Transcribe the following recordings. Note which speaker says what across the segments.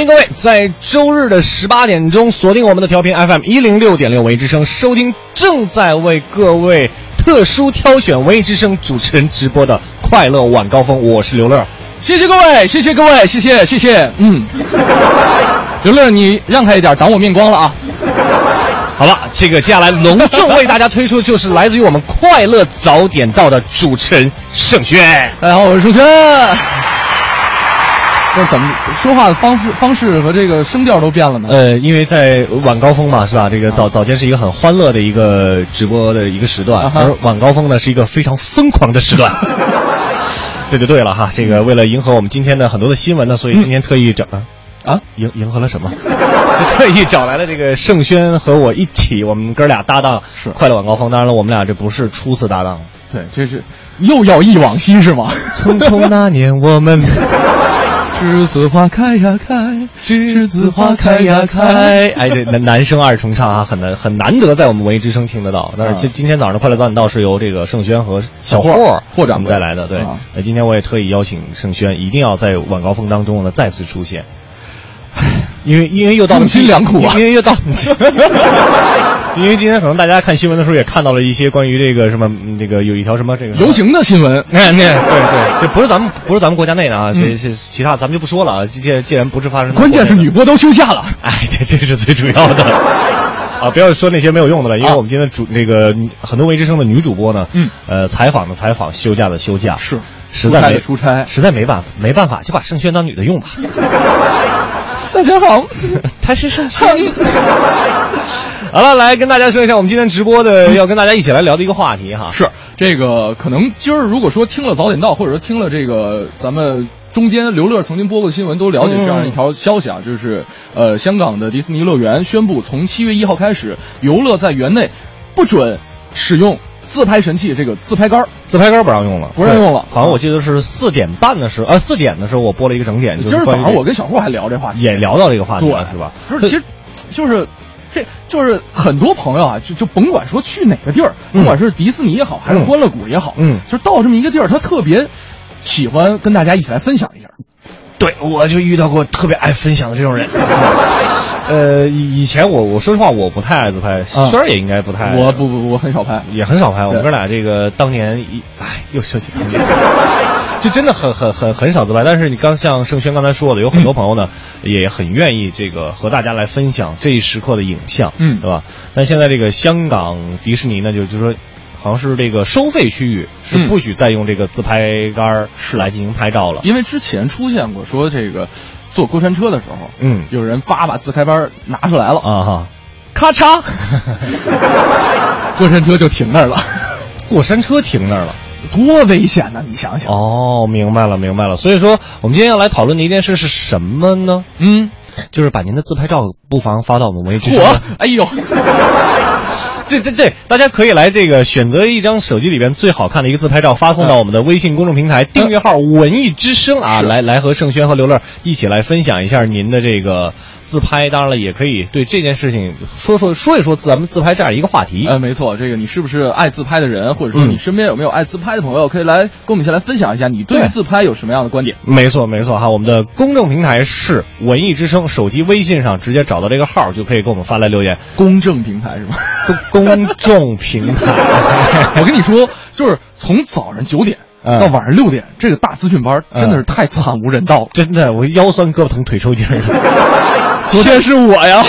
Speaker 1: 迎各位在周日的十八点钟锁定我们的调频 FM 一零六点六文艺之声，收听正在为各位特殊挑选文艺之声主持人直播的快乐晚高峰，我是刘乐。
Speaker 2: 谢谢各位，谢谢各位，谢谢谢谢，嗯，刘乐你让开一点，挡我面光了啊！
Speaker 1: 好了，这个接下来隆重为大家推出就是来自于我们快乐早点到的主持人盛轩。
Speaker 2: 大哎家好，我是舒轩。不是怎么说话的方式、方式和这个声调都变了呢？
Speaker 1: 呃，因为在晚高峰嘛，是吧？这个早早间是一个很欢乐的一个直播的一个时段
Speaker 2: 嗯啊，哈
Speaker 1: 而晚高峰呢是一个非常疯狂的 时段。这就对了哈，这个为了迎合我们今天的很多的新闻呢，所以今天特意找、
Speaker 2: 呃
Speaker 1: 啊，迎迎合了 什么？就特意找来了这个盛轩和我一起，我们哥俩搭档
Speaker 2: 是
Speaker 1: 快乐晚高峰。当然了，我们俩这不是初次搭 档，
Speaker 2: 对，这是又要忆往昔是吗？
Speaker 1: 匆匆那年我们。
Speaker 2: 栀子花开呀开，栀子花开呀开。
Speaker 1: 开！哎，这男男生二重唱啊，很难很难得在我们文艺之声听得到。但是今
Speaker 2: 啊
Speaker 1: 今天早上的快乐早点到是由这个盛轩和小
Speaker 2: 霍
Speaker 1: 霍
Speaker 2: 霍掌柜
Speaker 1: 带来的。对
Speaker 2: 啊，
Speaker 1: 那今天我也特意邀请盛轩，一定要在晚高峰当中呢再次出现。因为因为又到了
Speaker 2: 用心良苦啊
Speaker 1: 因为又到， 因为今天可能大家看新闻的时候也看到了一些关于这个什么嗯这个有一条什么这个
Speaker 2: 游行的新闻，
Speaker 1: 那那对对，这不是咱们不是咱们国家内的啊，这这其他咱们就不说了啊。既既然不是发生在国
Speaker 2: 嗯关
Speaker 1: 内的，
Speaker 2: 键是女播都休假了。
Speaker 1: 哎， 这这是最主要 的。啊，不要说那些没有用的了，因为
Speaker 2: 啊
Speaker 1: 我们今天主那个女很多文艺之声的女主播呢，
Speaker 2: 嗯，
Speaker 1: 呃，采访的采访，休假的休假，
Speaker 2: 是
Speaker 1: 实在没
Speaker 2: 出差的出差
Speaker 1: 实在没办法，没办法，就把盛轩当女的用吧。
Speaker 2: 大家 好，
Speaker 1: 他是盛轩。好了，来跟大家说一下我们今天直播的，要跟大家一起来聊的一个话题哈，
Speaker 2: 嗯是这个可能今儿如果说听了早点到，或者说听了这个咱们。中间刘乐曾经播过的新闻都了解这样一
Speaker 1: 嗯
Speaker 2: 条消息啊，就是呃，香港的迪士尼乐园宣布从七月一号开始，游乐在园内不准使用自拍神器这个自拍杆儿。
Speaker 1: 自拍杆不让用了，
Speaker 2: 不让用了
Speaker 1: 好像我记得是四点半的时候，呃，四点的时候我播了一个整点，就
Speaker 2: 今
Speaker 1: 是
Speaker 2: 儿早
Speaker 1: 关于
Speaker 2: 上
Speaker 1: 这
Speaker 2: 我跟小霍还聊这话题，
Speaker 1: 也聊到这个话题
Speaker 2: 对
Speaker 1: 了，是吧？
Speaker 2: 不是，其实 就是这就是很多朋友啊，就就甭管说去哪个地儿，
Speaker 1: 嗯
Speaker 2: 不管是迪士尼也好，还是欢乐谷也好，
Speaker 1: 嗯
Speaker 2: 就是到这么一个地儿，他特别喜欢跟大家一起来分享一下。
Speaker 1: 对，我就遇到过特别爱分享的这 种人。呃，以以前我我说实话，我不太爱自拍，轩儿也应该不太爱，
Speaker 2: 我不不，我很少拍。
Speaker 1: 也很少拍。我们
Speaker 2: 对
Speaker 1: 哥俩这个当年一，哎，又说起当年，就真的很很很很少自拍。但是你刚像盛轩刚才说的，有很多朋友呢、
Speaker 2: 嗯
Speaker 1: 也很愿意这个和大家来分享这一时刻的影像，
Speaker 2: 嗯
Speaker 1: 对吧？但现在这个香港迪士尼呢，就就说。好像是这个收费区域是
Speaker 2: 嗯
Speaker 1: 不许再用这个自拍杆儿来进行拍照了。
Speaker 2: 因为之前出现过说这个坐过山车的时候，
Speaker 1: 嗯
Speaker 2: 有人叭把自拍杆拿出来了，
Speaker 1: 啊哈，
Speaker 2: 咔 嚓，过山车就停那儿了，
Speaker 1: 过山车停那儿了。
Speaker 2: 多危险呐！你想想，
Speaker 1: 哦，明白了，明白了。所以说，我们今天要来讨论的一件事是什么呢？
Speaker 2: 嗯，
Speaker 1: 就是把您的自拍照不妨发到我们文艺之声
Speaker 2: 嚯
Speaker 1: 的。，
Speaker 2: 哎 呦，
Speaker 1: 对对对，大家可以来这个选择一张手机里边最好看的一个自拍照，发送到我们的微信公众平台订阅号“文艺之声”啊，来来和盛轩和刘乐一起来分享一下您的这个自拍。当然了，也可以对这件事情说说说一说咱们自拍这样一个话题。
Speaker 2: 呃，没错，这个你是不是爱自拍的人，或者说
Speaker 1: 嗯
Speaker 2: 你身边有没有爱自拍的朋友，可以来跟我们一起来分享一下，你对于
Speaker 1: 对
Speaker 2: 自拍有什么样的观点？
Speaker 1: 没错，没错哈，我们的公众平台是文艺之声，手机微信上直接找到这个号就可以给我们发来留言。
Speaker 2: 公正平台是吗？
Speaker 1: 公 公众平台，
Speaker 2: 我跟你说，就是从早上九点
Speaker 1: 嗯
Speaker 2: 到晚上六点，这个大资讯班真的是太惨无人道了。
Speaker 1: 真的我腰酸胳膊疼腿抽 筋儿，
Speaker 2: 昨天是我 呀，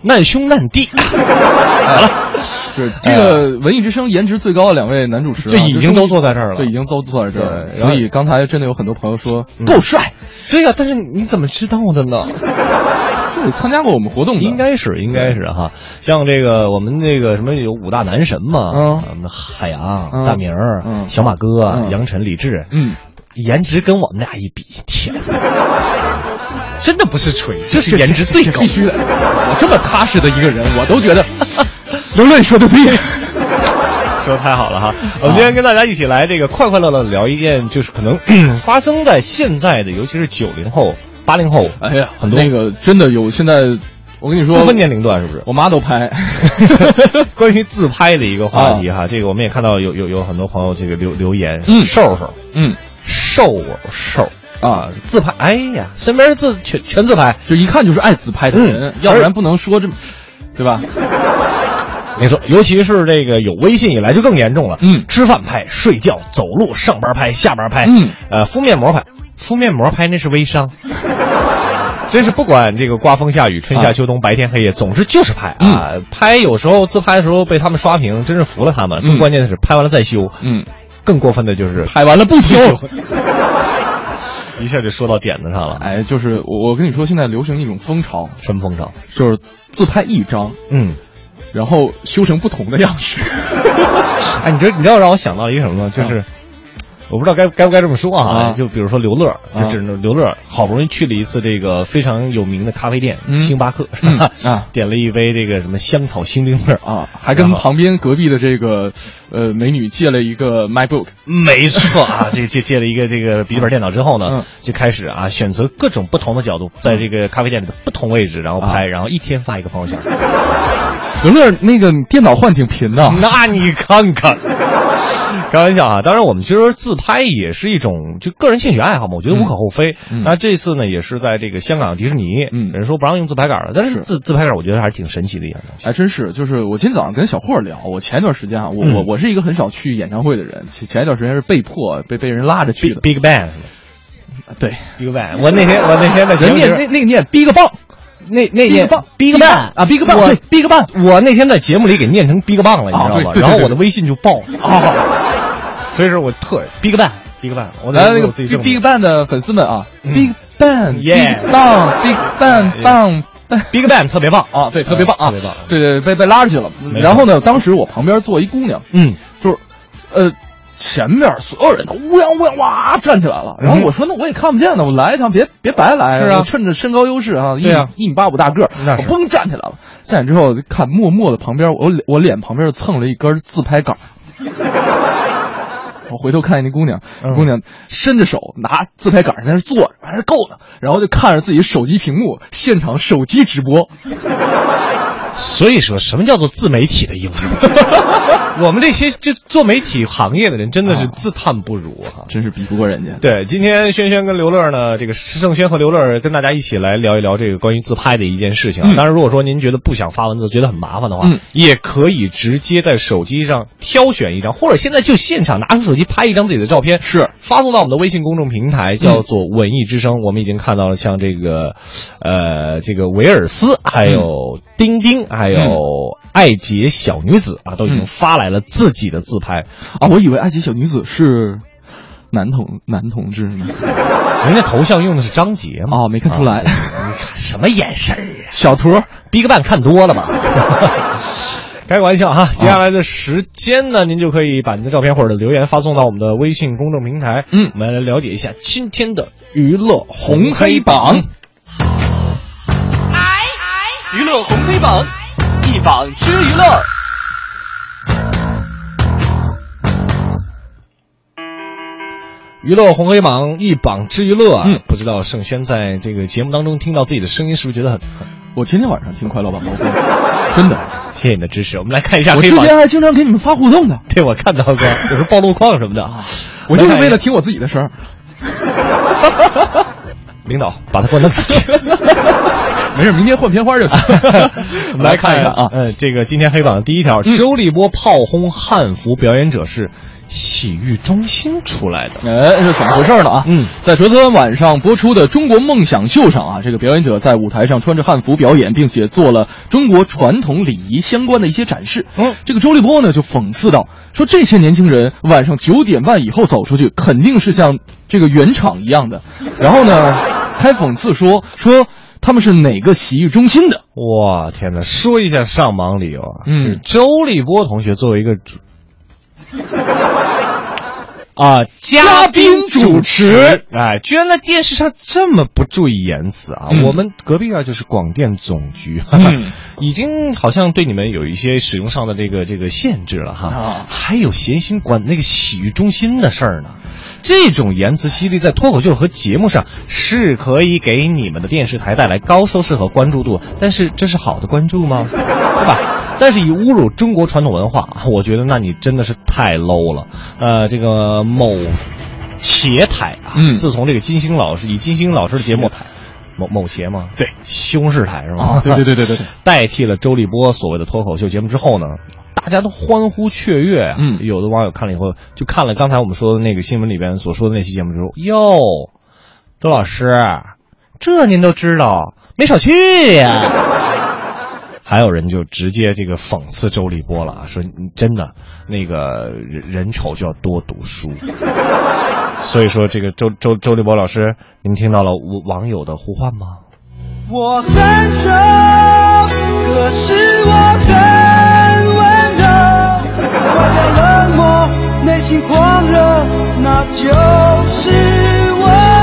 Speaker 1: 难兄难弟。好了，
Speaker 2: 是这个文艺之声颜值最高的两位男主持人
Speaker 1: 嗯
Speaker 2: 啊，
Speaker 1: 对已
Speaker 2: 就
Speaker 1: 经
Speaker 2: 说
Speaker 1: 都坐在这儿了
Speaker 2: 对，已经都坐在这儿了。
Speaker 1: 对然后嗯
Speaker 2: 所以刚才真的有很多朋友说够帅，
Speaker 1: 对呀、但是你怎么知道的呢？
Speaker 2: 是参加过我们活动的，
Speaker 1: 应该是，应该是哈。像这个我们这个什么有五大男神嘛，
Speaker 2: 嗯
Speaker 1: 我们海洋、
Speaker 2: 嗯
Speaker 1: 大明儿、
Speaker 2: 嗯
Speaker 1: 小马哥、
Speaker 2: 嗯
Speaker 1: 杨晨、李志，
Speaker 2: 嗯，
Speaker 1: 颜值跟我们俩一比， 天哪，真的不是吹，这是
Speaker 2: 这
Speaker 1: 颜值最
Speaker 2: 这
Speaker 1: 高，
Speaker 2: 必须的。我这么踏实的一个人，我都 觉得刘乐你说的对。
Speaker 1: 说得太好了哈！我们今天跟大家一起来这个快快乐乐的聊一件，就是可 能发生在现在的，尤其是九零后、八零后，
Speaker 2: 哎呀，
Speaker 1: 很多
Speaker 2: 那个真的有，现在我跟你说，
Speaker 1: 不分年龄段是不 是？
Speaker 2: 我妈都拍。
Speaker 1: 关于自拍的一个话题哈，这个我嗯们也看到有有有很多朋友这个留留言，
Speaker 2: 嗯
Speaker 1: 瘦瘦
Speaker 2: 嗯
Speaker 1: 瘦瘦，啊，自拍，哎呀，身边自全全自拍，
Speaker 2: 就一看就是爱自拍的人，
Speaker 1: 嗯
Speaker 2: 要不然不能说这么，对吧？
Speaker 1: 没错，尤其是这个有微信以来就更严重了。
Speaker 2: 嗯
Speaker 1: 吃饭拍、睡觉、走路、上班拍、下班拍，
Speaker 2: 嗯，
Speaker 1: 呃，敷面膜拍，敷面膜拍那是微 商。真是不管这个刮风下雨、春夏秋冬、白天黑夜，总之就是拍啊！
Speaker 2: 嗯
Speaker 1: 拍有时候自拍的时候被他们刷屏，真是服了他们。更
Speaker 2: 嗯
Speaker 1: 关键的是拍完了再修，
Speaker 2: 嗯，
Speaker 1: 更过分的就是
Speaker 2: 拍完了不修。
Speaker 1: 一下就说到点子上了。哎，
Speaker 2: 哎，就是我我跟你说，现在流行一种风潮，
Speaker 1: 什么风潮？
Speaker 2: 就是自拍一张，
Speaker 1: 嗯，
Speaker 2: 然后修成不同的样 式。
Speaker 1: 哎，你知道你知道让我想到一个什么吗？
Speaker 2: 嗯
Speaker 1: 就是。我不知道该该不该这么说啊，
Speaker 2: 啊
Speaker 1: 就比如说刘乐，就
Speaker 2: 啊
Speaker 1: 只能刘乐好不容易去了一次这个非常有名的咖啡店、
Speaker 2: 嗯
Speaker 1: 星巴克，
Speaker 2: 嗯啊
Speaker 1: 点了一杯这个什么香草星冰乐，
Speaker 2: 啊，还跟
Speaker 1: 然后
Speaker 2: 旁边隔壁的这个呃美女借了一个 MacBook，
Speaker 1: 没错啊，这这借了一个这个笔记本电脑之后呢，
Speaker 2: 嗯
Speaker 1: 就开始啊选择各种不同的角度，在这个咖啡店里的不同位置，然后拍，
Speaker 2: 啊
Speaker 1: 然后一天发一个朋友圈。
Speaker 2: 刘乐那个电脑换挺频的，
Speaker 1: 那你看 看，开玩笑啊！当然，我们其实自拍也是一种就个人兴趣爱好嘛，我觉得无可厚非。
Speaker 2: 嗯
Speaker 1: 那这次呢，也是在这个香港迪士尼，
Speaker 2: 嗯
Speaker 1: 人说不让用自拍杆了，但是
Speaker 2: 是
Speaker 1: 自自拍杆我觉得还是挺神奇的一样东西。
Speaker 2: 还哎真是，就是我今天早上跟小霍聊，我前一段时间啊，我、
Speaker 1: 嗯
Speaker 2: 我我是一个很少去演唱会的人，前前一段时间是被迫被被人拉着去的，
Speaker 1: Big Bang，
Speaker 2: 对，
Speaker 1: Big Bang，我 那天我那天的节
Speaker 2: 人
Speaker 1: 目
Speaker 2: 念
Speaker 1: 就
Speaker 2: 那
Speaker 1: 是
Speaker 2: 那个念 Big Bang
Speaker 1: 那那也 Big
Speaker 2: Big
Speaker 1: Bang
Speaker 2: 啊 Big Bang
Speaker 1: 我
Speaker 2: 对 Big Bang
Speaker 1: 我那天在节目里给念成 Big Bang 了，你
Speaker 2: 啊
Speaker 1: 知道吗？
Speaker 2: 对对对
Speaker 1: 然后
Speaker 2: 对
Speaker 1: 我的微信就爆了，
Speaker 2: 啊，
Speaker 1: 所以说我特呃 Big Bang Big Bang，我得
Speaker 2: 来那
Speaker 1: 我
Speaker 2: 个
Speaker 1: 有自己这
Speaker 2: Big
Speaker 1: 么
Speaker 2: Big Bang 的粉丝们啊、
Speaker 1: 嗯
Speaker 2: b i g Bang
Speaker 1: Yeah
Speaker 2: Big Bang Big Bang Bang Bang。
Speaker 1: Big Bang 特别棒
Speaker 2: 啊，对，特别棒啊，
Speaker 1: 特别棒
Speaker 2: 对对，被被拉着去了
Speaker 1: 没。错
Speaker 2: 然后呢，当时我旁边坐一姑娘，
Speaker 1: 嗯
Speaker 2: 就是，呃，前面所有人都乌泱乌泱哇站起来了。然后我说，那我也看不见呢，我来一趟，别别白来。
Speaker 1: 是啊
Speaker 2: 我趁着身高优势啊，一
Speaker 1: 对啊
Speaker 2: 米一米八五大个儿，
Speaker 1: 那是
Speaker 2: 我嘣站起来了。站起来之后，看默默的旁边，我脸我脸旁边蹭了一根自拍杆儿。我回头看见那姑娘，
Speaker 1: 嗯
Speaker 2: 姑娘伸着手拿自拍杆儿在那儿坐着，还是够呢。然后就看着自己手机屏幕，现场手机直播。
Speaker 1: 所以说，什么叫做自媒体的应用？我们这些就做媒体行业的人，真的是自叹不如啊！
Speaker 2: 真是比不过人 家。
Speaker 1: 对，今天轩轩跟刘乐呢，这个石胜轩和刘乐跟大家一起来聊一聊这个关于自拍的一件事情啊。
Speaker 2: 嗯
Speaker 1: 当然，如果说您觉得不想发文字，觉得很麻烦的话，
Speaker 2: 嗯
Speaker 1: 也可以直接在手机上挑选一张，或者现在就现场拿出手机拍一张自己的照片，
Speaker 2: 是嗯
Speaker 1: 发送到我们的微信公众平台，叫做“文艺之声”。我们已经看到了像这个，呃，这个维尔斯，还
Speaker 2: 嗯
Speaker 1: 有丁丁，还有爱杰小女子啊，都已经
Speaker 2: 嗯
Speaker 1: 发来了自己的自拍。
Speaker 2: 啊，我以为埃及小女子是男同男同志呢。
Speaker 1: 人家头像用的是张杰嘛？
Speaker 2: 哦，没看出来，
Speaker 1: 你看哎什么眼神儿啊
Speaker 2: 小图
Speaker 1: ？Big Bang 看多 了吧？开个玩笑哈，接下来的时间呢，您就可以把您的照片或者留言发送到我们的微信公众平台。
Speaker 2: 嗯
Speaker 1: 我们来了解一下今天的娱乐红黑榜。
Speaker 2: 哎娱乐红黑榜，一榜之娱乐。
Speaker 1: 娱乐红黑榜一榜之娱乐啊！
Speaker 2: 嗯
Speaker 1: 不知道盛轩在这个节目当中听到自己的声音，是不是觉得很很？
Speaker 2: 我天天晚上听快乐晚高峰，真 的。
Speaker 1: 谢谢你的支持，我们来看一下
Speaker 2: 我
Speaker 1: 黑
Speaker 2: 之
Speaker 1: 榜。
Speaker 2: 前还经常给你们发互动呢，
Speaker 1: 对，我看到过，有时候暴露框什么的。
Speaker 2: 我就是
Speaker 1: 来看
Speaker 2: 为
Speaker 1: 一
Speaker 2: 了
Speaker 1: 下
Speaker 2: 听我自己的声儿。
Speaker 1: 领导把他给我弄出去。。
Speaker 2: 没事，明天换片花就行 我们 来看一看啊，
Speaker 1: 呃，这个今天黑榜的第一条，
Speaker 2: 嗯
Speaker 1: 周立波炮轰汉服表演者是洗浴中心出来的。
Speaker 2: 哎，是怎么回事呢啊？
Speaker 1: 嗯，
Speaker 2: 在昨天晚上播出的《中国梦想秀》上啊，这个表演者在舞台上穿着汉服表演，并且做了中国传统礼仪相关的一些展示。
Speaker 1: 嗯
Speaker 2: 这个周立波呢就讽刺道说，这些年轻人晚上九点半以后走出去，肯定是像这个原厂一样的。然后呢，还讽刺说说他们是哪个洗浴中心的。
Speaker 1: 哇，天哪！说一下上榜理由啊，
Speaker 2: 嗯
Speaker 1: 是周立波同学作为一个 主啊嘉宾主
Speaker 2: 主
Speaker 1: 持
Speaker 2: 持，
Speaker 1: 哎，居然在电视上这么不注意言辞啊！
Speaker 2: 嗯
Speaker 1: 我们隔壁啊就是广电总局，啊
Speaker 2: 嗯
Speaker 1: 已经好像对你们有一些使用上的这个这个限制了哈。
Speaker 2: 啊
Speaker 1: 还有闲心管那个洗浴中心的事儿呢。这种言辞犀利，在脱口秀和节目上是可以给你们的电视台带来高收视和关注度，但是这是好的关注 吗？对吧？但是以侮辱中国传统文化，我觉得那你真的是太 low 了。呃，这个某茄台啊，
Speaker 2: 嗯
Speaker 1: 自从这个金星老师以金星老师的节目
Speaker 2: 茄台，
Speaker 1: 某某茄吗？
Speaker 2: 对，
Speaker 1: 西红柿台是吗？
Speaker 2: 啊对对对对对对，
Speaker 1: 代替了周立波所谓的脱口秀节目之后呢，大家都欢呼雀跃啊。
Speaker 2: 嗯
Speaker 1: 有的网友看了以后，就看了刚才我们说的那个新闻里边所说的那期节目之后，哟，周老师，这您都知道，没少去呀、 还有人就直接这个讽刺周立波了啊，说你真的那个人人丑就要多读 书。所以说，这个周周周立波老师，您听到了网网友的呼唤吗？
Speaker 3: 我很丑，可是我很温柔。外表冷漠，内心狂热，那就是我。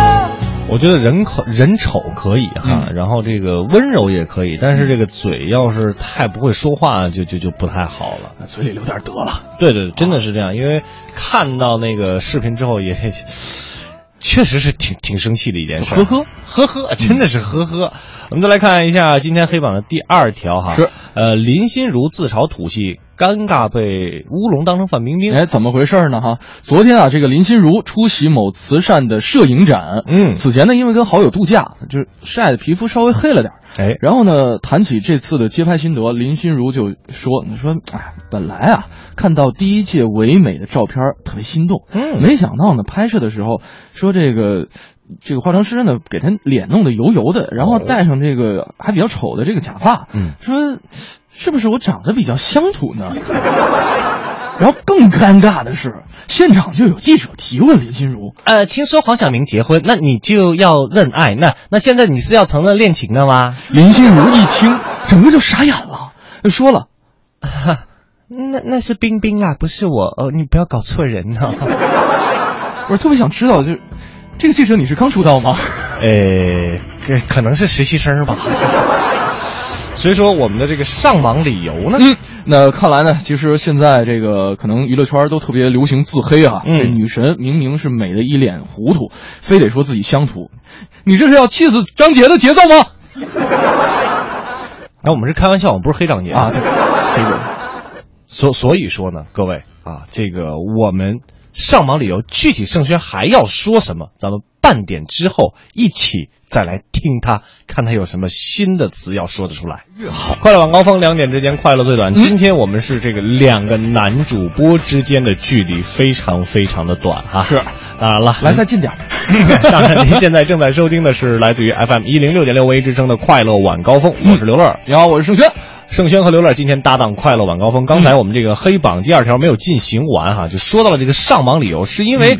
Speaker 1: 我觉得人口人丑可以哈、
Speaker 2: 嗯
Speaker 1: 然后这个温柔也可以，但是这个嘴要是太不会说话，就就就不太好了。
Speaker 2: 嘴里留点德了。
Speaker 1: 对对，真的是这样，因为看到那个视频之后也。 确实是挺挺生气的一件事，嗯
Speaker 2: 呵呵
Speaker 1: 呵呵，真的是呵呵。我们再来看一下今天黑榜的第二条哈，
Speaker 2: 是
Speaker 1: 呃林心如自嘲土系，尴尬被乌龙当成范冰冰，
Speaker 2: 哎，怎么回事呢？哈，昨天啊，这个林心如出席某慈善的摄影展，
Speaker 1: 嗯
Speaker 2: 此前呢，因为跟好友度假，就是晒的皮肤稍微黑了点儿，
Speaker 1: 哎
Speaker 2: 然后呢，谈起这次的街拍心得，林心如就说：“你说，哎，本来啊，看到第一届唯美的照片儿特别心动，
Speaker 1: 嗯
Speaker 2: 没想到呢，拍摄的时候说这个。”这个化妆师呢，给他脸弄得油油的，然后戴上这个还比较丑的这个假发，
Speaker 1: 嗯
Speaker 2: 说是不是我长得比较乡土呢？ 然后更尴尬的是，现场就有记者提问林心如，
Speaker 1: 呃，听说黄晓明结婚，那你就要认爱，那那现在你是要承认恋情了吗？
Speaker 2: 林心如一听，整个就傻眼了，就说了。
Speaker 1: 那那是冰冰啊，不是我哦，你不要搞错人啊呢、
Speaker 2: 我特别想知道，就是这个记者你是刚出道吗？
Speaker 1: 呃，可可能是实习生吧。所以说我们的这个上榜理由呢，
Speaker 2: 嗯，那看来呢，其实现在这个可能娱乐圈都特别流行自黑啊。
Speaker 1: 嗯
Speaker 2: 这女神明明是美的一脸糊涂，非得说自己乡土，你这是要气死张杰的节奏吗？
Speaker 1: 那、我们是开玩笑，我们不是黑长杰
Speaker 2: 啊，对，这个
Speaker 1: 所所以说呢，各位啊，这个我们上榜理由具体盛轩还要说什么，咱们半点之后一起再来听他，看他有什么新的词要说得出来。
Speaker 2: 越好。嗯
Speaker 1: 快乐晚高峰两点之间，快乐最短。今天我们是这个两个男主播之间的距离非常非常的短哈、
Speaker 2: 是
Speaker 1: 啊，来
Speaker 2: 来，再近点儿。
Speaker 1: 当然，您现在正在收听的是来自于 FM 一零六点六唯一之声的快乐晚高峰，我是刘乐。
Speaker 2: 嗯你好，我是盛轩。嗯
Speaker 1: 盛轩和刘乐今天搭档快乐晚高峰。刚才我们这个黑榜第二条没有进行完哈，就说到了这个上榜理由，是因
Speaker 2: 嗯
Speaker 1: 为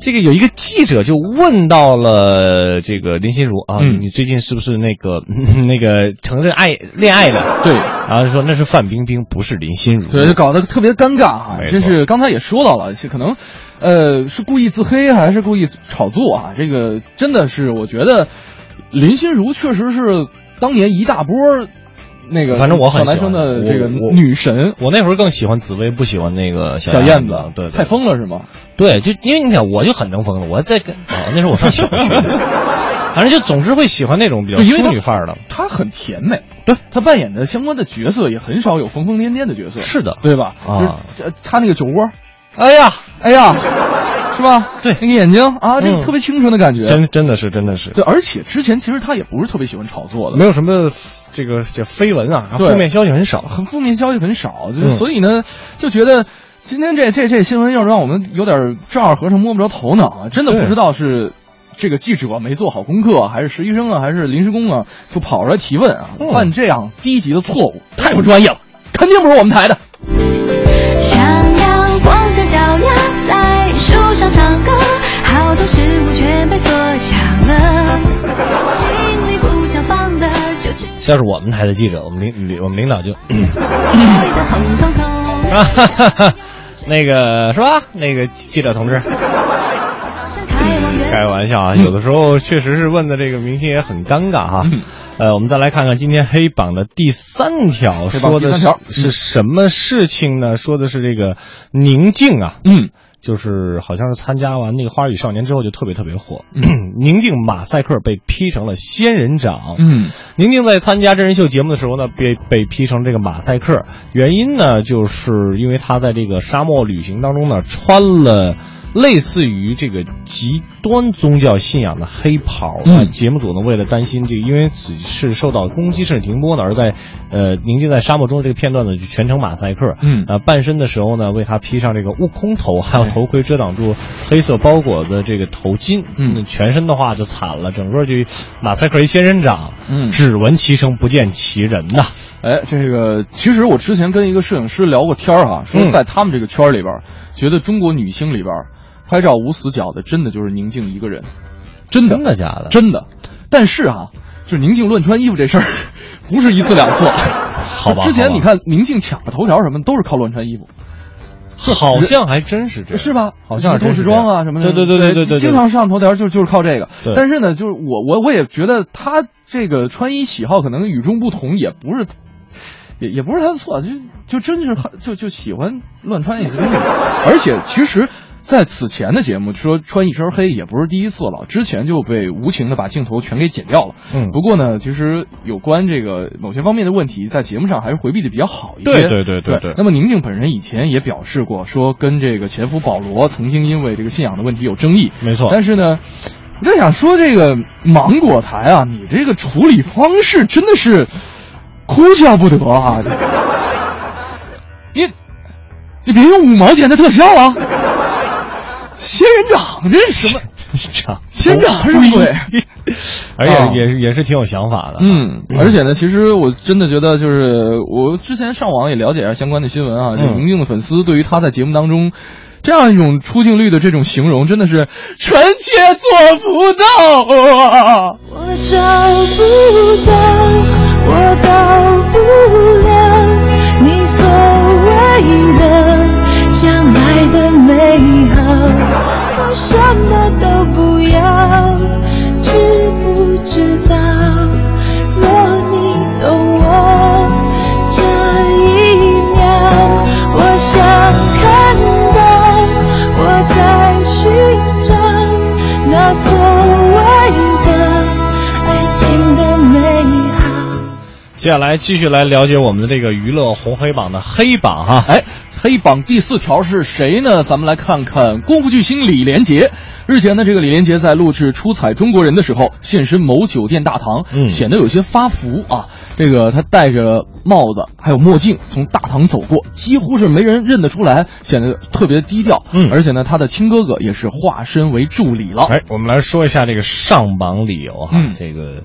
Speaker 1: 这个有一个记者就问到了这个林心如啊，
Speaker 2: 嗯
Speaker 1: 你最近是不是那个 那个承认爱恋爱 了？
Speaker 2: 对，
Speaker 1: 然后说那是范冰冰，不是林心如。
Speaker 2: 对，就搞得特别尴尬啊！
Speaker 1: 没错
Speaker 2: 这是刚才也说到了，是可能，呃，是故意自黑还是故意炒作啊？这个真的是，我觉得林心如确实是当年一大波那个，
Speaker 1: 反正我很
Speaker 2: 小
Speaker 1: 喜欢
Speaker 2: 男生的这个
Speaker 1: 我我
Speaker 2: 女神
Speaker 1: 我那会儿更喜欢紫薇，不喜欢那个
Speaker 2: 小
Speaker 1: 燕
Speaker 2: 燕子，
Speaker 1: 对，对
Speaker 2: 太疯了是吗？
Speaker 1: 对，就因为你想，我就很能疯了，我在跟哦，那时候我上小学，反正就总之会喜欢那种比较
Speaker 2: 对因为
Speaker 1: 淑
Speaker 2: 她
Speaker 1: 女范儿的。
Speaker 2: 她很甜美，对她扮演的相关的角色也很少有疯疯癫癫的角色，
Speaker 1: 是的
Speaker 2: 对吧？
Speaker 1: 啊
Speaker 2: 就是呃她那个酒窝，
Speaker 1: 哎呀，
Speaker 2: 哎呀，是吧？
Speaker 1: 对
Speaker 2: 那个眼睛啊，这
Speaker 1: 嗯
Speaker 2: 个特别清纯的感觉，
Speaker 1: 真真的是真的是，
Speaker 2: 对，而且之前其实他也不是特别喜欢炒作
Speaker 1: 没
Speaker 2: 的，
Speaker 1: 有什么这个这绯闻啊，
Speaker 2: 对
Speaker 1: 负面消息很少。
Speaker 2: 很负面消息很少，就
Speaker 1: 嗯
Speaker 2: 是所以呢，就觉得今天这这这新闻要让我们有点丈二和尚摸不着头脑啊，真的
Speaker 1: 对
Speaker 2: 不知道是。这个记者没做好功课，还是实习生啊，还是临时工啊，就跑出来提问啊，
Speaker 1: 嗯
Speaker 2: 犯这样低级的错误，太不专业了，肯定不是我们台的。
Speaker 4: 像阳光着脚丫在树上唱歌，好多事物全被缩小了，心里不想放的就去
Speaker 1: 要是我们台的记者，我们领领我们领 导就，
Speaker 4: 飞得红彤彤，
Speaker 1: 啊哈哈哈，那个是吧？那个记者同志，
Speaker 4: 好像开往远
Speaker 1: 开玩笑啊，
Speaker 2: 嗯
Speaker 1: 有的时候确实是问的这个明星也很尴尬哈。呃，我们再来看看今天黑榜的第三条，
Speaker 2: 黑榜
Speaker 1: 说的
Speaker 2: 第三
Speaker 1: 是
Speaker 2: 条嗯
Speaker 1: 是什么事情呢？说的是这个宁静啊，
Speaker 2: 嗯，
Speaker 1: 就是好像是参加完那个《花儿与少年》之后就特别特别火。 宁静马赛克被批成了仙人掌。
Speaker 2: 嗯，
Speaker 1: 宁静在参加真人秀节目的时候呢，被被批成这个马赛克，原因呢，就是因为她在这个沙漠旅行当中呢，穿了类似于这个极端宗教信仰的黑袍。
Speaker 2: 嗯
Speaker 1: 那节目组呢为了担心这个，因为此事受到攻击甚至停播呢，而在呃宁静在沙漠中的这个片段呢，就全程马赛克。
Speaker 2: 嗯
Speaker 1: 呃，半身的时候呢，为他披上这个悟空头，还有头盔遮挡住黑色包裹的这个头巾。
Speaker 2: 嗯
Speaker 1: 那全身的话就惨了，整个就马赛克一仙人掌。
Speaker 2: 嗯
Speaker 1: 只闻其声不见其人呐。
Speaker 2: 哎，这个其实我之前跟一个摄影师聊过天儿、哈，说
Speaker 1: 嗯
Speaker 2: 在他们这个圈儿里边儿，觉得中国女星里边儿拍照无死角的，真的就是宁静一个人， 真的
Speaker 1: 真的假的
Speaker 2: 真的。但是啊，就是宁静乱穿衣服这事儿，不是一次两次。
Speaker 1: 好吧
Speaker 2: 之前
Speaker 1: 好吧
Speaker 2: 你看宁静抢个头条什么都是靠乱穿衣服，
Speaker 1: 好像还真是这样，
Speaker 2: 是吧？
Speaker 1: 好像还
Speaker 2: 什么
Speaker 1: 真是
Speaker 2: 都市
Speaker 1: 这样
Speaker 2: 装啊什么的，
Speaker 1: 对对对对对对，
Speaker 2: 经常上头条就就是靠这个
Speaker 1: 对。
Speaker 2: 但是呢，就是我我我也觉得他这个穿衣喜好可能与众不同，也不是。也也不是他的错，就就真是很就就喜欢乱穿一些东西，而且其实，在此前的节目说穿一身黑也不是第一次了，之前就被无情的把镜头全给剪掉了。
Speaker 1: 嗯
Speaker 2: 不过呢，其实有关这个某些方面的问题，在节目上还是回避的比较好一些。
Speaker 1: 对对对对对
Speaker 2: 那么宁静本人以前也表示过，说跟这个前夫保罗曾经因为这个信仰的问题有争议。
Speaker 1: 没错
Speaker 2: 但是呢，我在想说这个芒果台啊，你这个处理方式真的是哭笑不得啊！你你别用五毛钱的特效啊！仙人掌这是什么？
Speaker 1: 长
Speaker 2: 仙人掌是鬼。
Speaker 1: 而且
Speaker 2: 啊
Speaker 1: 也是也是挺有想法的。，啊
Speaker 2: 嗯，而且呢，其实我真的觉得，就是我之前上网也了解一下相关的新闻啊，就
Speaker 1: 嗯
Speaker 2: 宁静的粉丝对于他在节目当中这样一种出镜率的这种形容，真的是臣妾做不到啊！
Speaker 4: 我找不到，我到不了你所谓的将来的美好，我什么都不要，知不知道？若你懂我这一秒，我想看到，我在寻找那所谓的爱情的美好。
Speaker 1: 接下来继续来了解我们的这个娱乐红黑榜的黑榜哈。
Speaker 2: 哎，黑榜第四条是谁呢？咱们来看看功夫巨星李连杰。日前呢，这个李连杰在录制《出彩中国人》的时候，现身某酒店大堂，
Speaker 1: 嗯
Speaker 2: 显得有些发福啊。这个他戴着帽子还有墨镜从大堂走过，几乎是没人认得出来，显得特别低调。
Speaker 1: 嗯
Speaker 2: 而且呢，他的亲哥哥也是化身为助理了。
Speaker 1: 哎，我们来说一下这个上榜理由哈。
Speaker 2: 嗯
Speaker 1: 这个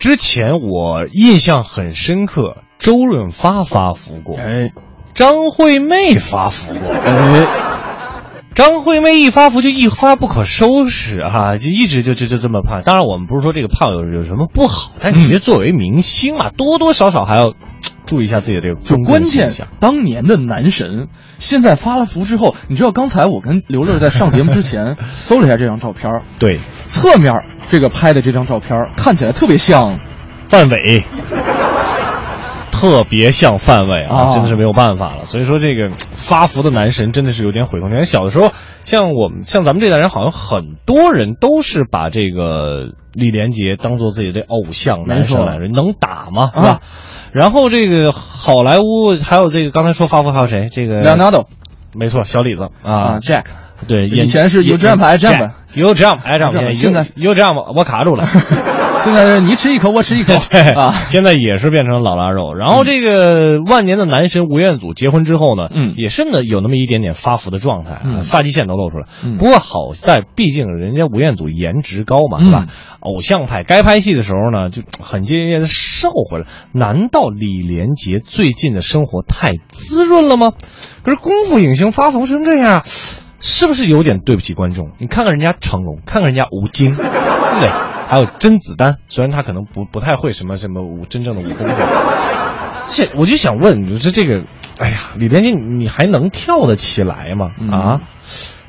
Speaker 1: 之前我印象很深刻，周润发发福过，
Speaker 2: 哎
Speaker 1: 张惠妹发福过。
Speaker 2: 哎，
Speaker 1: 张惠妹一发福就一发不可收拾哈、就一直就就就这么胖。当然，我们不是说这个胖有有什么不好，
Speaker 2: 嗯
Speaker 1: 但是觉得作为明星嘛，多多少少还要嘖注意一下自己的这个
Speaker 2: 就
Speaker 1: 公众
Speaker 2: 关
Speaker 1: 形
Speaker 2: 键
Speaker 1: 象。
Speaker 2: 当年的男神，现在发了福之后，你知道刚才我跟刘乐在上节目之前 搜了一下这张照片儿，
Speaker 1: 对，
Speaker 2: 侧面儿这个拍的这张照片儿看起来特别像，
Speaker 1: 范伟。特别像范伟啊，
Speaker 2: 啊
Speaker 1: 真的是没有办法了。所以说，这个嘖发福的男神真的是有点毁空间。小的时候，像我们像咱们这代人，好像很多人都是把这个李连杰当做自己的偶像
Speaker 2: 没
Speaker 1: 男神
Speaker 2: 错
Speaker 1: 来着，能打吗？是
Speaker 2: 啊
Speaker 1: 吧？然后这个好莱坞还有这个刚才说发福还有谁？这个
Speaker 2: Leonardo
Speaker 1: 没错，小李子
Speaker 2: 啊
Speaker 1: 呃啊，
Speaker 2: ，Jack，
Speaker 1: 对，
Speaker 2: 以前是 You Jump, I Jump
Speaker 1: ，You Jump I
Speaker 2: Jump，
Speaker 1: Jump，
Speaker 2: 现在
Speaker 1: You Jump 我卡住 了。
Speaker 2: 现在是你吃一口我 吃一口啊，
Speaker 1: 现在也是变成老腊肉。然后这个万年的男神吴彦祖结婚之后呢，
Speaker 2: 嗯
Speaker 1: 也是呢有那么一点点发福的状态啊，
Speaker 2: 嗯
Speaker 1: 发际线都露出来。
Speaker 2: 嗯
Speaker 1: 不过好在，毕竟人家吴彦祖颜值高嘛，是吧？偶像派，该拍戏的时候呢，就很敬业的瘦回来。难道李连杰最近的生活太滋润了吗？可是功夫影星发福成这样，是不是有点对不起观众？你看看人家成龙，看看人家吴京，对不对？还有甄子丹，虽然他可能不不太会什么什么武真正的武功，这我就想问，你说这个，哎呀，李连杰，你还能跳得起来吗？
Speaker 2: 嗯
Speaker 1: 啊，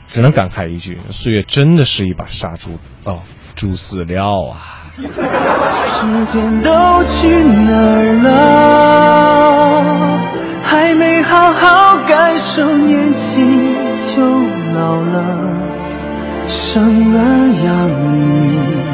Speaker 1: 只能感慨一句，岁月真的是一把杀猪刀，猪饲料啊！
Speaker 3: 时间都去哪儿了？还没好好感受年轻就老了，生儿养女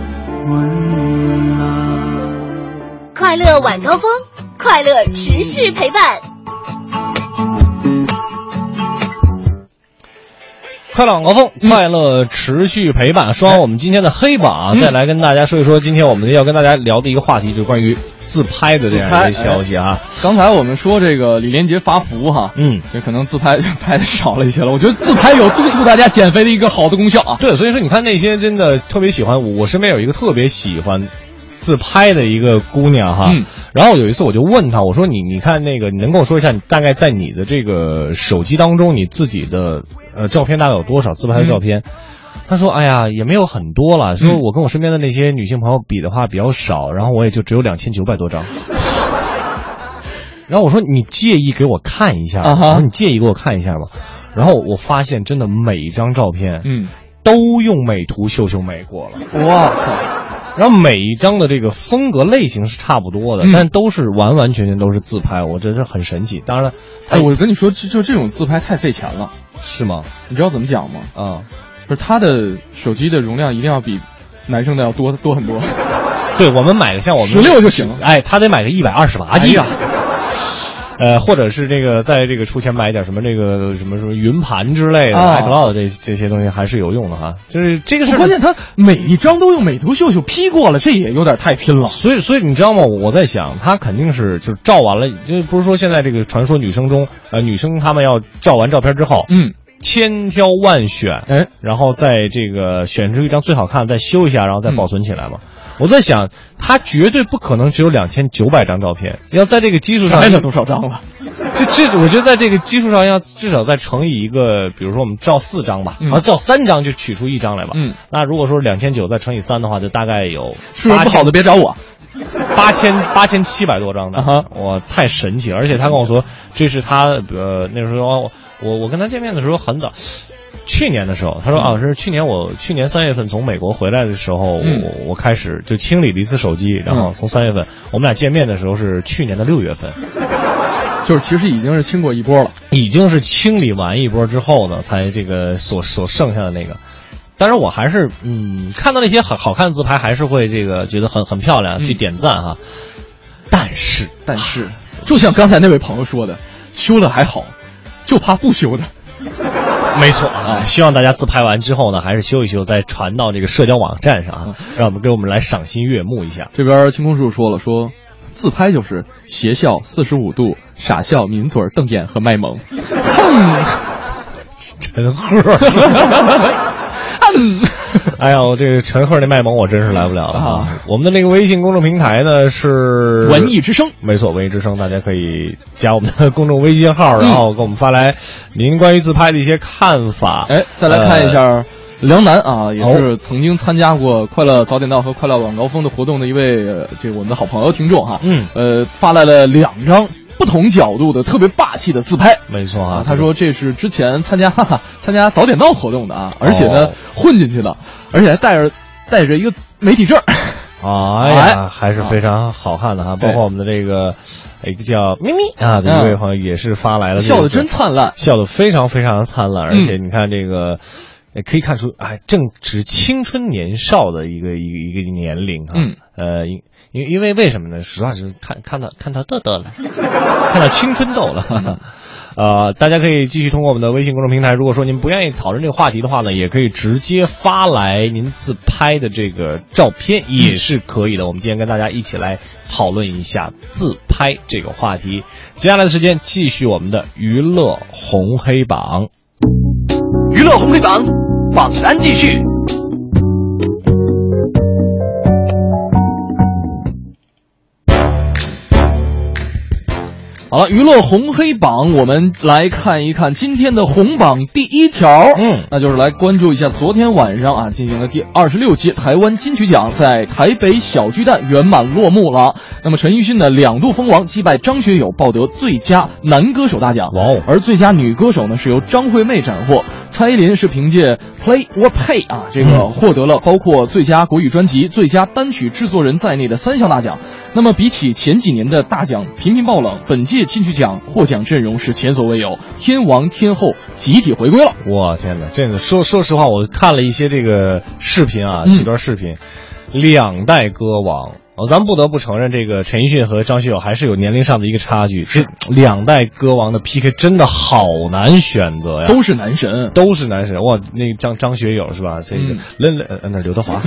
Speaker 3: 纹啊。
Speaker 5: 快乐晚高峰，快乐持续陪伴。
Speaker 1: 快乐晚高峰，快乐持续陪伴。说完我们今天的黑榜啊，再来跟大家说一说今天我们要跟大家聊的一个话题，就是关于自拍的这样一个
Speaker 2: 自拍哎
Speaker 1: 消息啊。
Speaker 2: 刚才我们说这个李连杰发福哈，
Speaker 1: 嗯
Speaker 2: 也可能自拍 拍的少了一些了。我觉得自拍有督促大家减肥的一个好的功效啊。
Speaker 1: 对，所以说你看那些真的特别喜欢，我我身边有一个特别喜欢自拍的一个姑娘哈，
Speaker 2: 嗯
Speaker 1: 然后有一次我就问她，我说你你看那个，你能跟我说一下，你大概在你的这个手机当中，你自己的呃照片大概有多少自拍的照片？
Speaker 2: 嗯
Speaker 1: 她说：“哎呀，也没有很多了。说我跟我身边的那些女性朋友比的话比较少，然后我也就只有两千九百多张。 然后我说你介意给我看一下吗？
Speaker 2: 啊哈
Speaker 1: 我说你介意给我看一下吗？然后我发现真的每一张照片，
Speaker 2: 嗯，
Speaker 1: 都用美图秀秀美过了，
Speaker 2: 哇塞，
Speaker 1: 然后每一张的这个风格类型是差不多的，
Speaker 2: 嗯
Speaker 1: 但都是完完全全都是自拍，我真是很神奇。当然了，
Speaker 2: 哎，我跟你说，就就这种自拍太费钱了，
Speaker 1: 是吗？
Speaker 2: 你知道怎么讲吗？
Speaker 1: 啊、
Speaker 2: 不是他的手机的容量一定要比男生的要多多很多，
Speaker 1: 对我们买个像我们
Speaker 2: 16就行了
Speaker 1: 哎，他得买个一百二十八 G
Speaker 2: 哎呀
Speaker 1: 啊。呃，或者是这个，在这个出钱买点什么这个什么什么云盘之类的、
Speaker 2: 啊
Speaker 1: iCloud 这这些东西还是有用的哈。就是这个事儿，
Speaker 2: 关键他每一张都用美图秀秀 P 过了，这也有点太拼了。
Speaker 1: 所以，所以你知道吗？我在想，他肯定是就是照完了，就不是说现在这个传说女生中，呃，女生她们要照完照片之后，
Speaker 2: 嗯，
Speaker 1: 千挑万选，
Speaker 2: 哎，
Speaker 1: 然后在这个选出一张最好看的，再修一下，然后再保存起来嘛。
Speaker 2: 嗯
Speaker 1: 我在想，他绝对不可能只有两千九百张照片，要在这个基础上
Speaker 2: 拍，了多少张了？
Speaker 1: 就至我觉得在这个基础上要至少再乘以一个，比如说我们照四张吧，
Speaker 2: 嗯
Speaker 1: 啊，照三张就取出一张来吧。
Speaker 2: 嗯，
Speaker 1: 那如果说两千九再乘以三的话，就大概有
Speaker 2: 数学不好的别找我。
Speaker 1: 八千八千七百多张的
Speaker 2: 啊哈，
Speaker 1: 哇，太神奇了！而且他跟我说，这是他呃那时候我我我跟他见面的时候很早，去年的时候，他说啊是去年我去年三月份从美国回来的时候，
Speaker 2: 嗯
Speaker 1: 我我开始就清理了一次手机，然后
Speaker 2: 嗯
Speaker 1: 从三月份我们俩见面的时候是去年的六月份，
Speaker 2: 就是其实已经是清过一波了。
Speaker 1: 已经是清理完一波之后呢，才这个所所剩下的那个。当然，我还是嗯，看到那些好好看的自拍，还是会这个觉得很很漂亮，去
Speaker 2: 嗯
Speaker 1: 点赞哈。但是，
Speaker 2: 但是，啊就像刚才那位朋友说的，修了还好，就怕不修的。
Speaker 1: 没错啊，希望大家自拍完之后呢，还是修一修，再传到这个社交网站上
Speaker 2: 嗯
Speaker 1: 啊，让我们给我们来赏心悦目一下。
Speaker 2: 这边清空树说了说。自拍就是邪笑四十五度，傻笑、抿嘴、瞪眼和卖 萌。
Speaker 1: 陈赫，
Speaker 2: 嗯
Speaker 1: 哎呀，我这个陈赫那卖萌我真是来不了了啊
Speaker 2: 啊！
Speaker 1: 我们的那个微信公众平台呢是
Speaker 2: 文艺之声，
Speaker 1: 没错，文艺之声，大家可以加我们的公众微信号，
Speaker 2: 嗯
Speaker 1: 然后给我们发来您关于自拍的一些看法。
Speaker 2: 哎，再来看一
Speaker 1: 呃，
Speaker 2: 下梁楠啊，也是曾经参加过《快乐早点到》和《快乐晚高峰》的活动的一位，呃这个我们的好朋友听众哈，
Speaker 1: 嗯
Speaker 2: 呃，发来了两张不同角度的特别霸气的自拍。
Speaker 1: 没错啊，
Speaker 2: 他说这是之前参加 哈哈参加早点到活动的啊，而且呢、
Speaker 1: 哦
Speaker 2: 混进去的，而且还带着带着一个媒体证儿，
Speaker 1: 啊
Speaker 2: 哎
Speaker 1: 呀，还是非常好看的哈，包括我们的这个一个叫咪咪啊的一位朋友也是发来了，
Speaker 2: 嗯笑得真嗯灿烂。
Speaker 1: 笑得非常非常的灿烂，而且你看这个。也可以看出，哎，正值青春年少的一个一个一个年龄哈、
Speaker 2: 嗯
Speaker 1: 呃，因因因为为什么呢？实话是看看到看到痘痘了，看到青春痘了。哈哈 呃，大家可以继续通过我们的微信公众平台，如果说您不愿意讨论这个话题的话呢，也可以直接发来您自拍的这个照片，也是可以的。我们今天跟大家一起来讨论一下自拍这个话题。接下来的时间继续我们的娱乐红黑榜。
Speaker 6: 娱乐红黑榜榜单继续。
Speaker 2: 好了，娱乐红黑榜，我们来看一看今天的红榜第一条，
Speaker 1: 嗯
Speaker 2: 那就是来关注一下昨天晚上啊进行的第二十六届台湾金曲奖在台北小巨蛋圆满落幕了。那么陈奕迅呢两度封王，击败张学友，抱得最佳男歌手大奖。
Speaker 1: 哇哦
Speaker 2: 而最佳女歌手呢是由张惠妹斩获，蔡依林是凭借《Play or Pay》啊这个
Speaker 1: 嗯
Speaker 2: 获得了包括最佳国语专辑、最佳单曲制作人在内的三项大奖。那么比起前几年的大奖频频爆冷，本届金曲奖获奖阵容是前所未有，天王天后集体回归了。
Speaker 1: 我天哪，这个说说实话，我看了一些这个视频啊，
Speaker 2: 嗯
Speaker 1: 几段视频，两代歌王。哦，咱不得不承认，这个陈奕迅和张学友还是有年龄上的一个差距。这两代歌王的 PK 真的好难选择呀，
Speaker 2: 都是男神，
Speaker 1: 都是男神。哇，那个张张学友是吧？这个
Speaker 2: 嗯
Speaker 1: 任任呃那是刘 德华，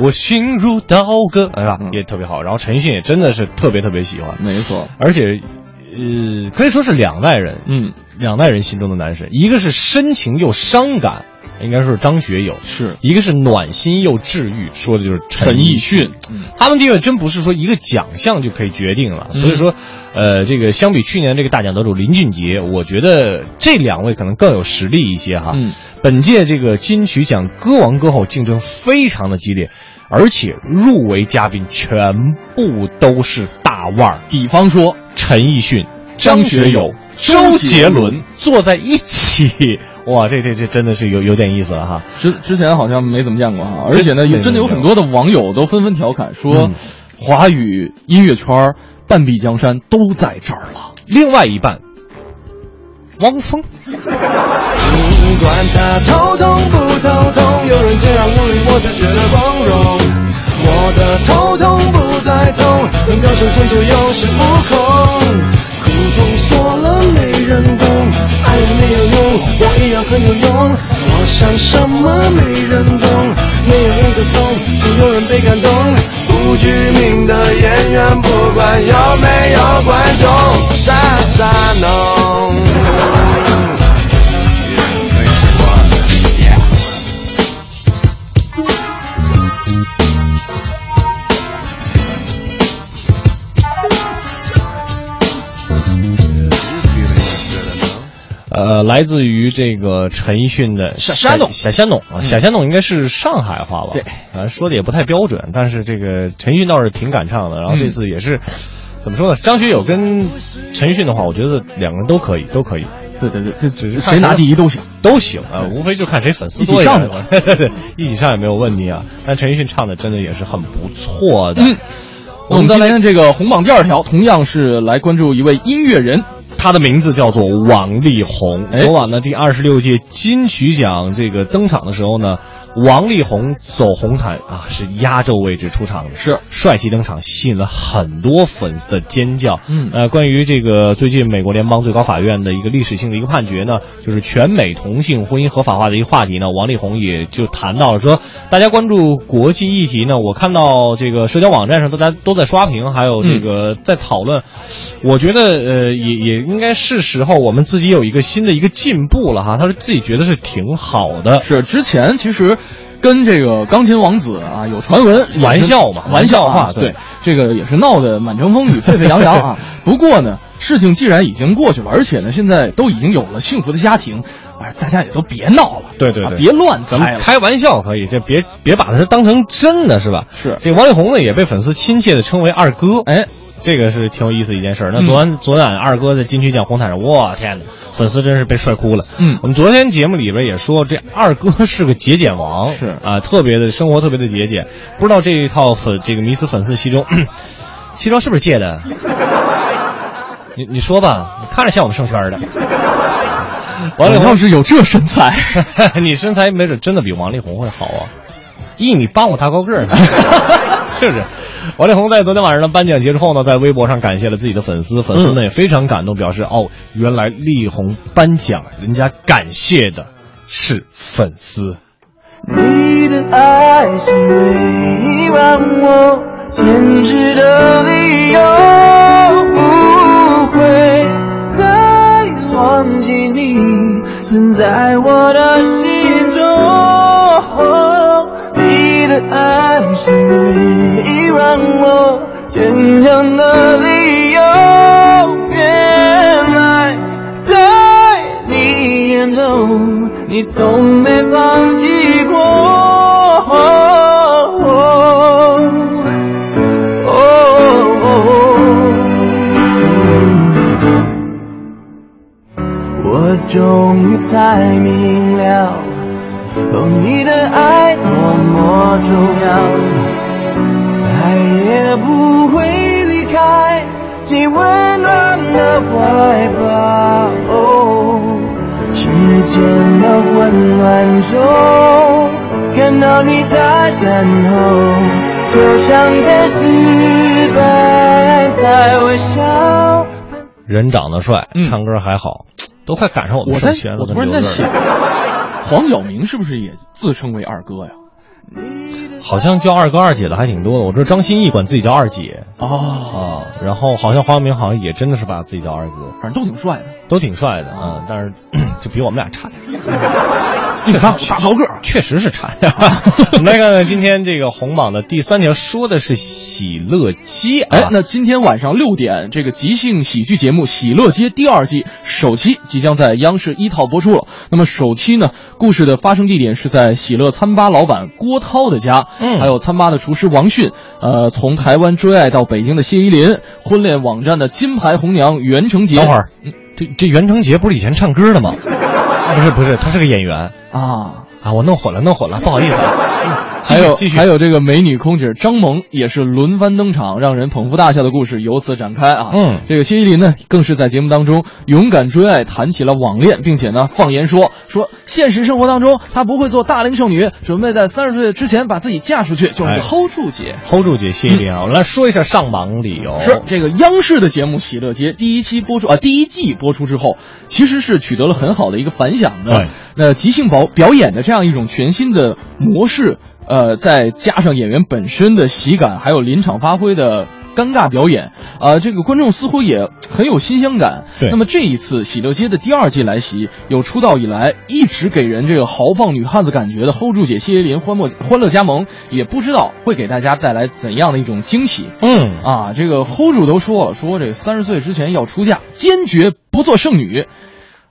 Speaker 1: 我心如刀割，哎呀
Speaker 2: 嗯，
Speaker 1: 也特别好。然后陈奕迅也真的是特别特别喜欢，
Speaker 2: 没错，
Speaker 1: 而且，呃，可以说是两代人，
Speaker 2: 嗯，
Speaker 1: 两代人心中的男神，一个是深情又伤感，应该说是张学友。
Speaker 2: 是
Speaker 1: 一个是暖心又治愈，说的就是
Speaker 2: 陈
Speaker 1: 陈
Speaker 2: 奕
Speaker 1: 奕
Speaker 2: 迅
Speaker 1: 迅，
Speaker 2: 嗯
Speaker 1: 他们地位真不是说一个奖项就可以决定了。
Speaker 2: 嗯
Speaker 1: 所以说，呃，这个相比去年这个大奖得主林俊杰，我觉得这两位可能更有实力一些哈。
Speaker 2: 嗯
Speaker 1: 本届这个金曲奖歌王歌后竞争非常的激烈，而且入围嘉宾全部都是大腕儿。
Speaker 2: 比方说，
Speaker 1: 陈奕迅、
Speaker 2: 张
Speaker 1: 张
Speaker 2: 学
Speaker 1: 学
Speaker 2: 友
Speaker 1: 友、
Speaker 2: 周
Speaker 1: 周
Speaker 2: 杰
Speaker 1: 杰
Speaker 2: 伦
Speaker 1: 伦坐在一起，哇，这这这真的是有有点意思了哈。
Speaker 2: 之之前好像没怎么嗯见过哈，而且呢，
Speaker 1: 真
Speaker 2: 也真的有
Speaker 1: 没怎
Speaker 2: 很
Speaker 1: 么
Speaker 2: 多的网友都纷纷调侃说
Speaker 1: 嗯，
Speaker 2: 华语音乐圈儿半壁江山都在这儿了。
Speaker 1: 另外一半，汪峰，
Speaker 3: 不管它头痛不头痛，有人这样无理，我只觉得光荣。我的头痛不再痛，能高声唱出有恃无恐。苦痛说了没人懂，爱了没有用，我一样很有用。我想什么没人懂，没有一个颂，总有人被感动。不具名的演员，不管有没有观众，傻傻弄。
Speaker 1: 呃，来自于这个陈奕迅的
Speaker 2: 小虾
Speaker 1: 夏
Speaker 2: 弄
Speaker 1: 夏夏弄啊，夏夏弄应该是上海话吧？
Speaker 2: 对
Speaker 1: 呃，说的也不太标准，但是这个陈奕迅倒是挺敢唱的。然后
Speaker 2: 嗯
Speaker 1: 这次也是，怎么说呢？张学友跟陈奕迅的话，我觉得两个人都可以，都可以。
Speaker 2: 对对对，这这
Speaker 1: 看
Speaker 2: 谁拿第一都行。
Speaker 1: 都行啊，无非就看谁粉丝多一
Speaker 2: 嗯一
Speaker 1: 点
Speaker 2: 起上
Speaker 1: 嘛， 一起上也没有问题啊。但陈奕迅唱的真的也是很不错 的。
Speaker 2: 嗯，
Speaker 1: 我
Speaker 2: 我们
Speaker 1: 们
Speaker 2: 再
Speaker 1: 再
Speaker 2: 来
Speaker 1: 来，
Speaker 2: 看这个红榜第二条，同样是来关注一位音乐人，
Speaker 1: 他的名字叫做王力宏。
Speaker 2: 哎
Speaker 1: 昨晚呢，第二十六届金曲奖这个登场的时候呢，王力宏走红毯啊，是压轴位置出场的，
Speaker 2: 是
Speaker 1: 帅气登场，吸引了很多粉丝的尖叫。
Speaker 2: 嗯
Speaker 1: 呃，关于这个最近美国联邦最高法院的一个历史性的一个判决呢，就是全美同性婚姻合法化的一个话题呢，王力宏也就谈到了说，大家关注国际议题呢，我看到这个社交网站上大家都在刷屏，还有这个呃在讨论，我觉得呃也也应该是时候我们自己有一个新的一个进步了哈，他说自己觉得是挺好的，
Speaker 2: 是之前其实跟这个钢琴王子啊有传闻，也是
Speaker 1: 玩笑嘛
Speaker 2: 玩笑
Speaker 1: 玩笑
Speaker 2: 话，
Speaker 1: 话
Speaker 2: 对
Speaker 1: 对，
Speaker 2: 这个也是闹得满城风雨、沸沸扬扬 啊。不过呢，事情既然已经过去了，而且呢，现在都已经有了幸福的家庭，哎，大家也都别闹了，
Speaker 1: 对对
Speaker 2: 啊
Speaker 1: 对
Speaker 2: 别乱
Speaker 1: 咱
Speaker 2: 猜
Speaker 1: 们
Speaker 2: 了。
Speaker 1: 开玩笑可以，这别别把它当成真的，是吧？
Speaker 2: 是
Speaker 1: 这王力宏呢，也被粉丝亲切的称为二哥。
Speaker 2: 哎，
Speaker 1: 这个是挺有意思的一件事儿。那
Speaker 2: 嗯
Speaker 1: 昨晚、昨晚二哥在金曲奖红毯上，我天哪，粉丝真是被帅哭了。
Speaker 2: 嗯
Speaker 1: 我们昨天节目里边也说，这二哥是个节俭王，
Speaker 2: 是
Speaker 1: 啊，特别的生活特别的节俭。不知道这一套粉这个迷死粉丝西 装，西装是不是借的？你你说吧，你看着像我们盛轩的。王力
Speaker 2: 我
Speaker 1: 宏
Speaker 2: 要是有这身材，
Speaker 1: 你身材没准真的比王力宏会好啊，一米八五大高个儿呢， 是不是？王力宏在昨天晚上的颁奖结束后呢，在微博上感谢了自己的粉丝，粉丝
Speaker 2: 嗯
Speaker 1: 呢也非常感动，表示哦，原来力宏颁奖，人家感谢的是粉丝。
Speaker 3: 你的爱是每晚我坚持的理由，不会再忘记你存在我的心中。你的爱是每晚我坚强的理由，终于才明了，哦，你的爱多么重要，再也不会离开你温暖的怀抱。时间的混乱中，看到你在身后，就像在失败在微笑。
Speaker 1: 人长得帅，
Speaker 2: 嗯
Speaker 1: 唱歌还好，都快赶上我们
Speaker 2: 我
Speaker 1: 盛
Speaker 2: 在
Speaker 1: 轩了。
Speaker 2: 我
Speaker 1: 跟
Speaker 2: 突然
Speaker 1: 刘
Speaker 2: 在
Speaker 1: 乐
Speaker 2: 想，黄晓明是不是也自称为二哥呀？
Speaker 1: 好像叫二哥二姐的还挺多的。我知道张歆艺管自己叫二姐
Speaker 2: 哦，
Speaker 1: 啊，然后好像黄晓明好像也真的是把自己叫二哥，
Speaker 2: 反正都挺帅的。
Speaker 1: 都挺帅的啊，但是 就比我们俩差点。
Speaker 2: 哦 你看大高个儿，
Speaker 1: 确实是差点。 我们来看看今天这个红榜的第三条，说的是喜乐街啊。
Speaker 2: 哎，那今天晚上六点，这个即兴喜剧节目《喜乐街》第二季首期即将在央视一套播出了。那么首期呢，故事的发生地点是在喜乐餐吧老板郭涛的家，
Speaker 1: 嗯
Speaker 2: 还有餐吧的厨师王迅，呃，从台湾追爱到北京的谢依霖，婚恋网站的金牌红娘袁成杰。
Speaker 1: 等会儿，嗯这这袁成杰不是以前唱歌的吗？不是不是，他是个演员
Speaker 2: 啊，
Speaker 1: 啊！我弄混了，弄混了，不好意思啊。继
Speaker 2: 还
Speaker 1: 续
Speaker 2: 有
Speaker 1: 继续
Speaker 2: 还，有这个美女空姐张萌也是轮番登场，让人捧腹大笑的故事由此展开啊。
Speaker 1: 嗯
Speaker 2: 这个谢依霖呢，更是在节目当中勇敢追爱，谈起了网恋，并且呢放言说说现实生活当中她不会做大龄剩女，准备在三十岁之前把自己嫁出去，就是
Speaker 1: 哎
Speaker 2: 个 hold 住姐。
Speaker 1: hold 住姐谢依霖啊！我们来说一下上榜理由。
Speaker 2: 是这个央视的节目《喜乐街》第一期播出啊，第一季播出之后，其实是取得了很好的一个反响的
Speaker 1: 对。
Speaker 2: 那即兴表表演的这样一种全新的模式，呃，再加上演员本身的喜感，还有临场发挥的。尴尬表演，啊，这个观众似乎也很有新鲜感。
Speaker 1: 对
Speaker 2: 那么这一次《喜乐街》的第二季来袭，有出道以来一直给人这个豪放女汉子感觉的 hold 住姐谢依霖欢乐欢乐加盟，也不知道会给大家带来怎样的一种惊喜。
Speaker 1: 嗯，
Speaker 2: 啊，这个 hold 住都说了，说这三十岁之前要出嫁，坚决不做剩女。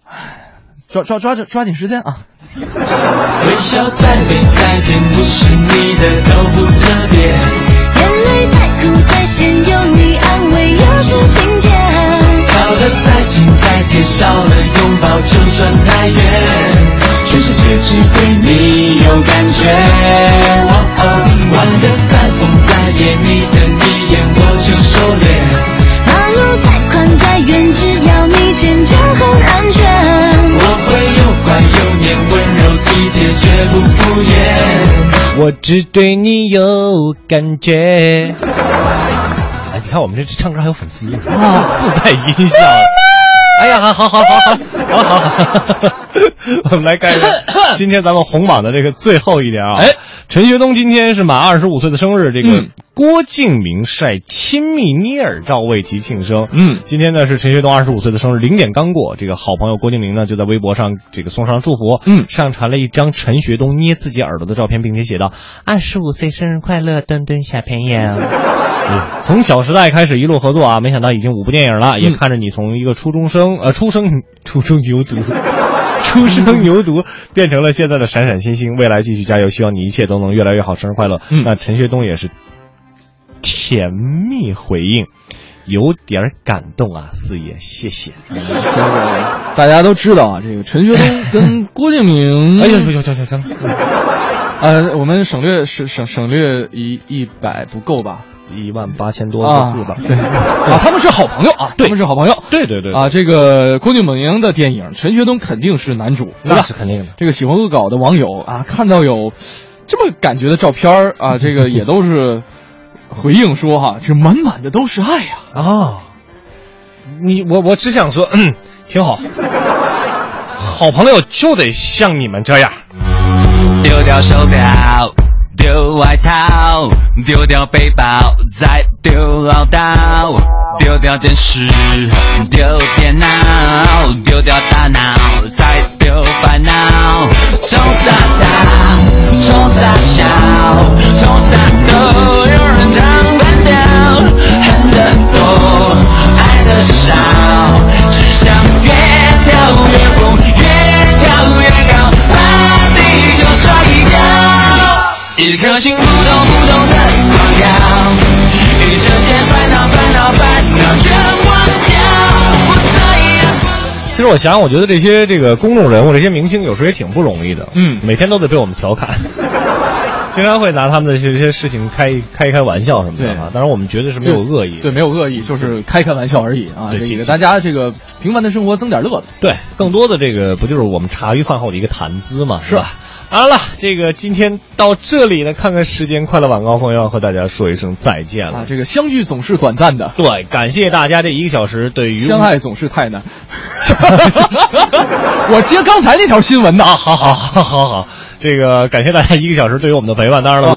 Speaker 2: 唉，抓抓抓紧抓紧时间啊！
Speaker 7: 微笑再美再甜，不是你的都不特别。
Speaker 4: 眼泪再苦再咸，有你安慰又是情节。
Speaker 7: 靠得再近再贴，少了拥抱就算太远。全世界只对你有感觉。哦哦玩得再疯再野，你的一眼我就收敛。
Speaker 4: 马路再宽再远，只要你牵就很安全。
Speaker 7: 我会又乖又黏，温柔体贴，绝不敷衍。
Speaker 1: 我只对你有感觉。哎，你看我们这唱歌还有粉丝啊，自带音效。哎呀，好好好好好好好， 我们来看一下 今天咱们红榜的这个最后一点啊。
Speaker 2: 哎，
Speaker 1: 陈学冬今天是满二十五岁的生日，这个
Speaker 2: 嗯
Speaker 1: 郭敬明晒亲密捏耳照为其庆生。
Speaker 2: 嗯
Speaker 1: 今天呢是陈学冬二十五岁的生日，零点刚过，这个好朋友郭敬明呢就在微博上这个送上祝福，
Speaker 2: 嗯
Speaker 1: 上传了一张陈学冬捏自己耳朵的照片，并且写道：“二十五岁生日快乐，墩墩小朋友。”嗯从《小时代》开始一路合作啊，没想到已经五部电影了，也
Speaker 2: 嗯
Speaker 1: 看着你从一个初中生呃初生 初生牛犊。 初生牛犊变成了现在的闪闪星星，未来继续加油，希望你一切都能越来越好，生日快乐！
Speaker 2: 嗯
Speaker 1: 那陈学冬也是甜蜜回应，有点儿感动啊，四爷，谢谢。
Speaker 2: 大家都知道啊，这个陈学冬跟郭敬 明，
Speaker 1: 哎呦呦呦呦呦，咱们
Speaker 2: 呃，我们省略省省省略一一百不够吧？
Speaker 1: 一万八千多个字吧
Speaker 2: 啊？对 啊，他们是好朋友啊，他们是好朋友。
Speaker 1: 对对对
Speaker 2: 啊，这个郭敬明的电影，陈学冬肯定是男主，对
Speaker 1: 那
Speaker 2: 吧？
Speaker 1: 是肯定的。
Speaker 2: 这个喜欢恶搞的网友啊，看到有这么感觉的照片儿啊，这个也都是回应说哈、这满满的都是爱呀、
Speaker 1: 啊，你我我只想说，嗯，挺好。好朋友就得像你们这样。
Speaker 7: 丢掉手表，丢外套，丢掉背包，再丢唠叨，丢掉电视，丢电脑，丢掉大脑，再丢烦恼，冲傻大，冲傻小，冲傻都有人唱反调，恨得多，爱的少，只想越跳越疯，越跳越高，把地球甩掉。一颗心扑通扑通的狂跳，一整天烦恼烦恼烦恼全忘掉，不再也不想。
Speaker 1: 其实我想想，我觉得这些这个公众人物、这些明星，有时候也挺不容易的。
Speaker 2: 嗯
Speaker 1: 每天都得被我们调 侃，经常会拿他们的这些事情开一开一开玩笑什么的
Speaker 2: 对
Speaker 1: 啊。当然，我们绝对是没有恶意的。
Speaker 2: 对，没有恶意，就是开开玩笑而已啊。
Speaker 1: 对
Speaker 2: 这
Speaker 1: 其
Speaker 2: 个
Speaker 1: 实
Speaker 2: 大家这个平凡的生活增点乐子。
Speaker 1: 对，更多的这个不就是我们茶余饭后的一个谈资嘛，是吧？当然了，这个今天到这里呢，看看时间，快乐晚高峰要和大家说一声再见了。
Speaker 2: 啊，这个相聚总是短暂的，
Speaker 1: 对，感谢大家这一个小时对于
Speaker 2: 相爱总是太难。 我接刚才那条新闻的。
Speaker 1: 啊，好好好好好，这个感谢大家一个小时对于我们的陪伴。当然了。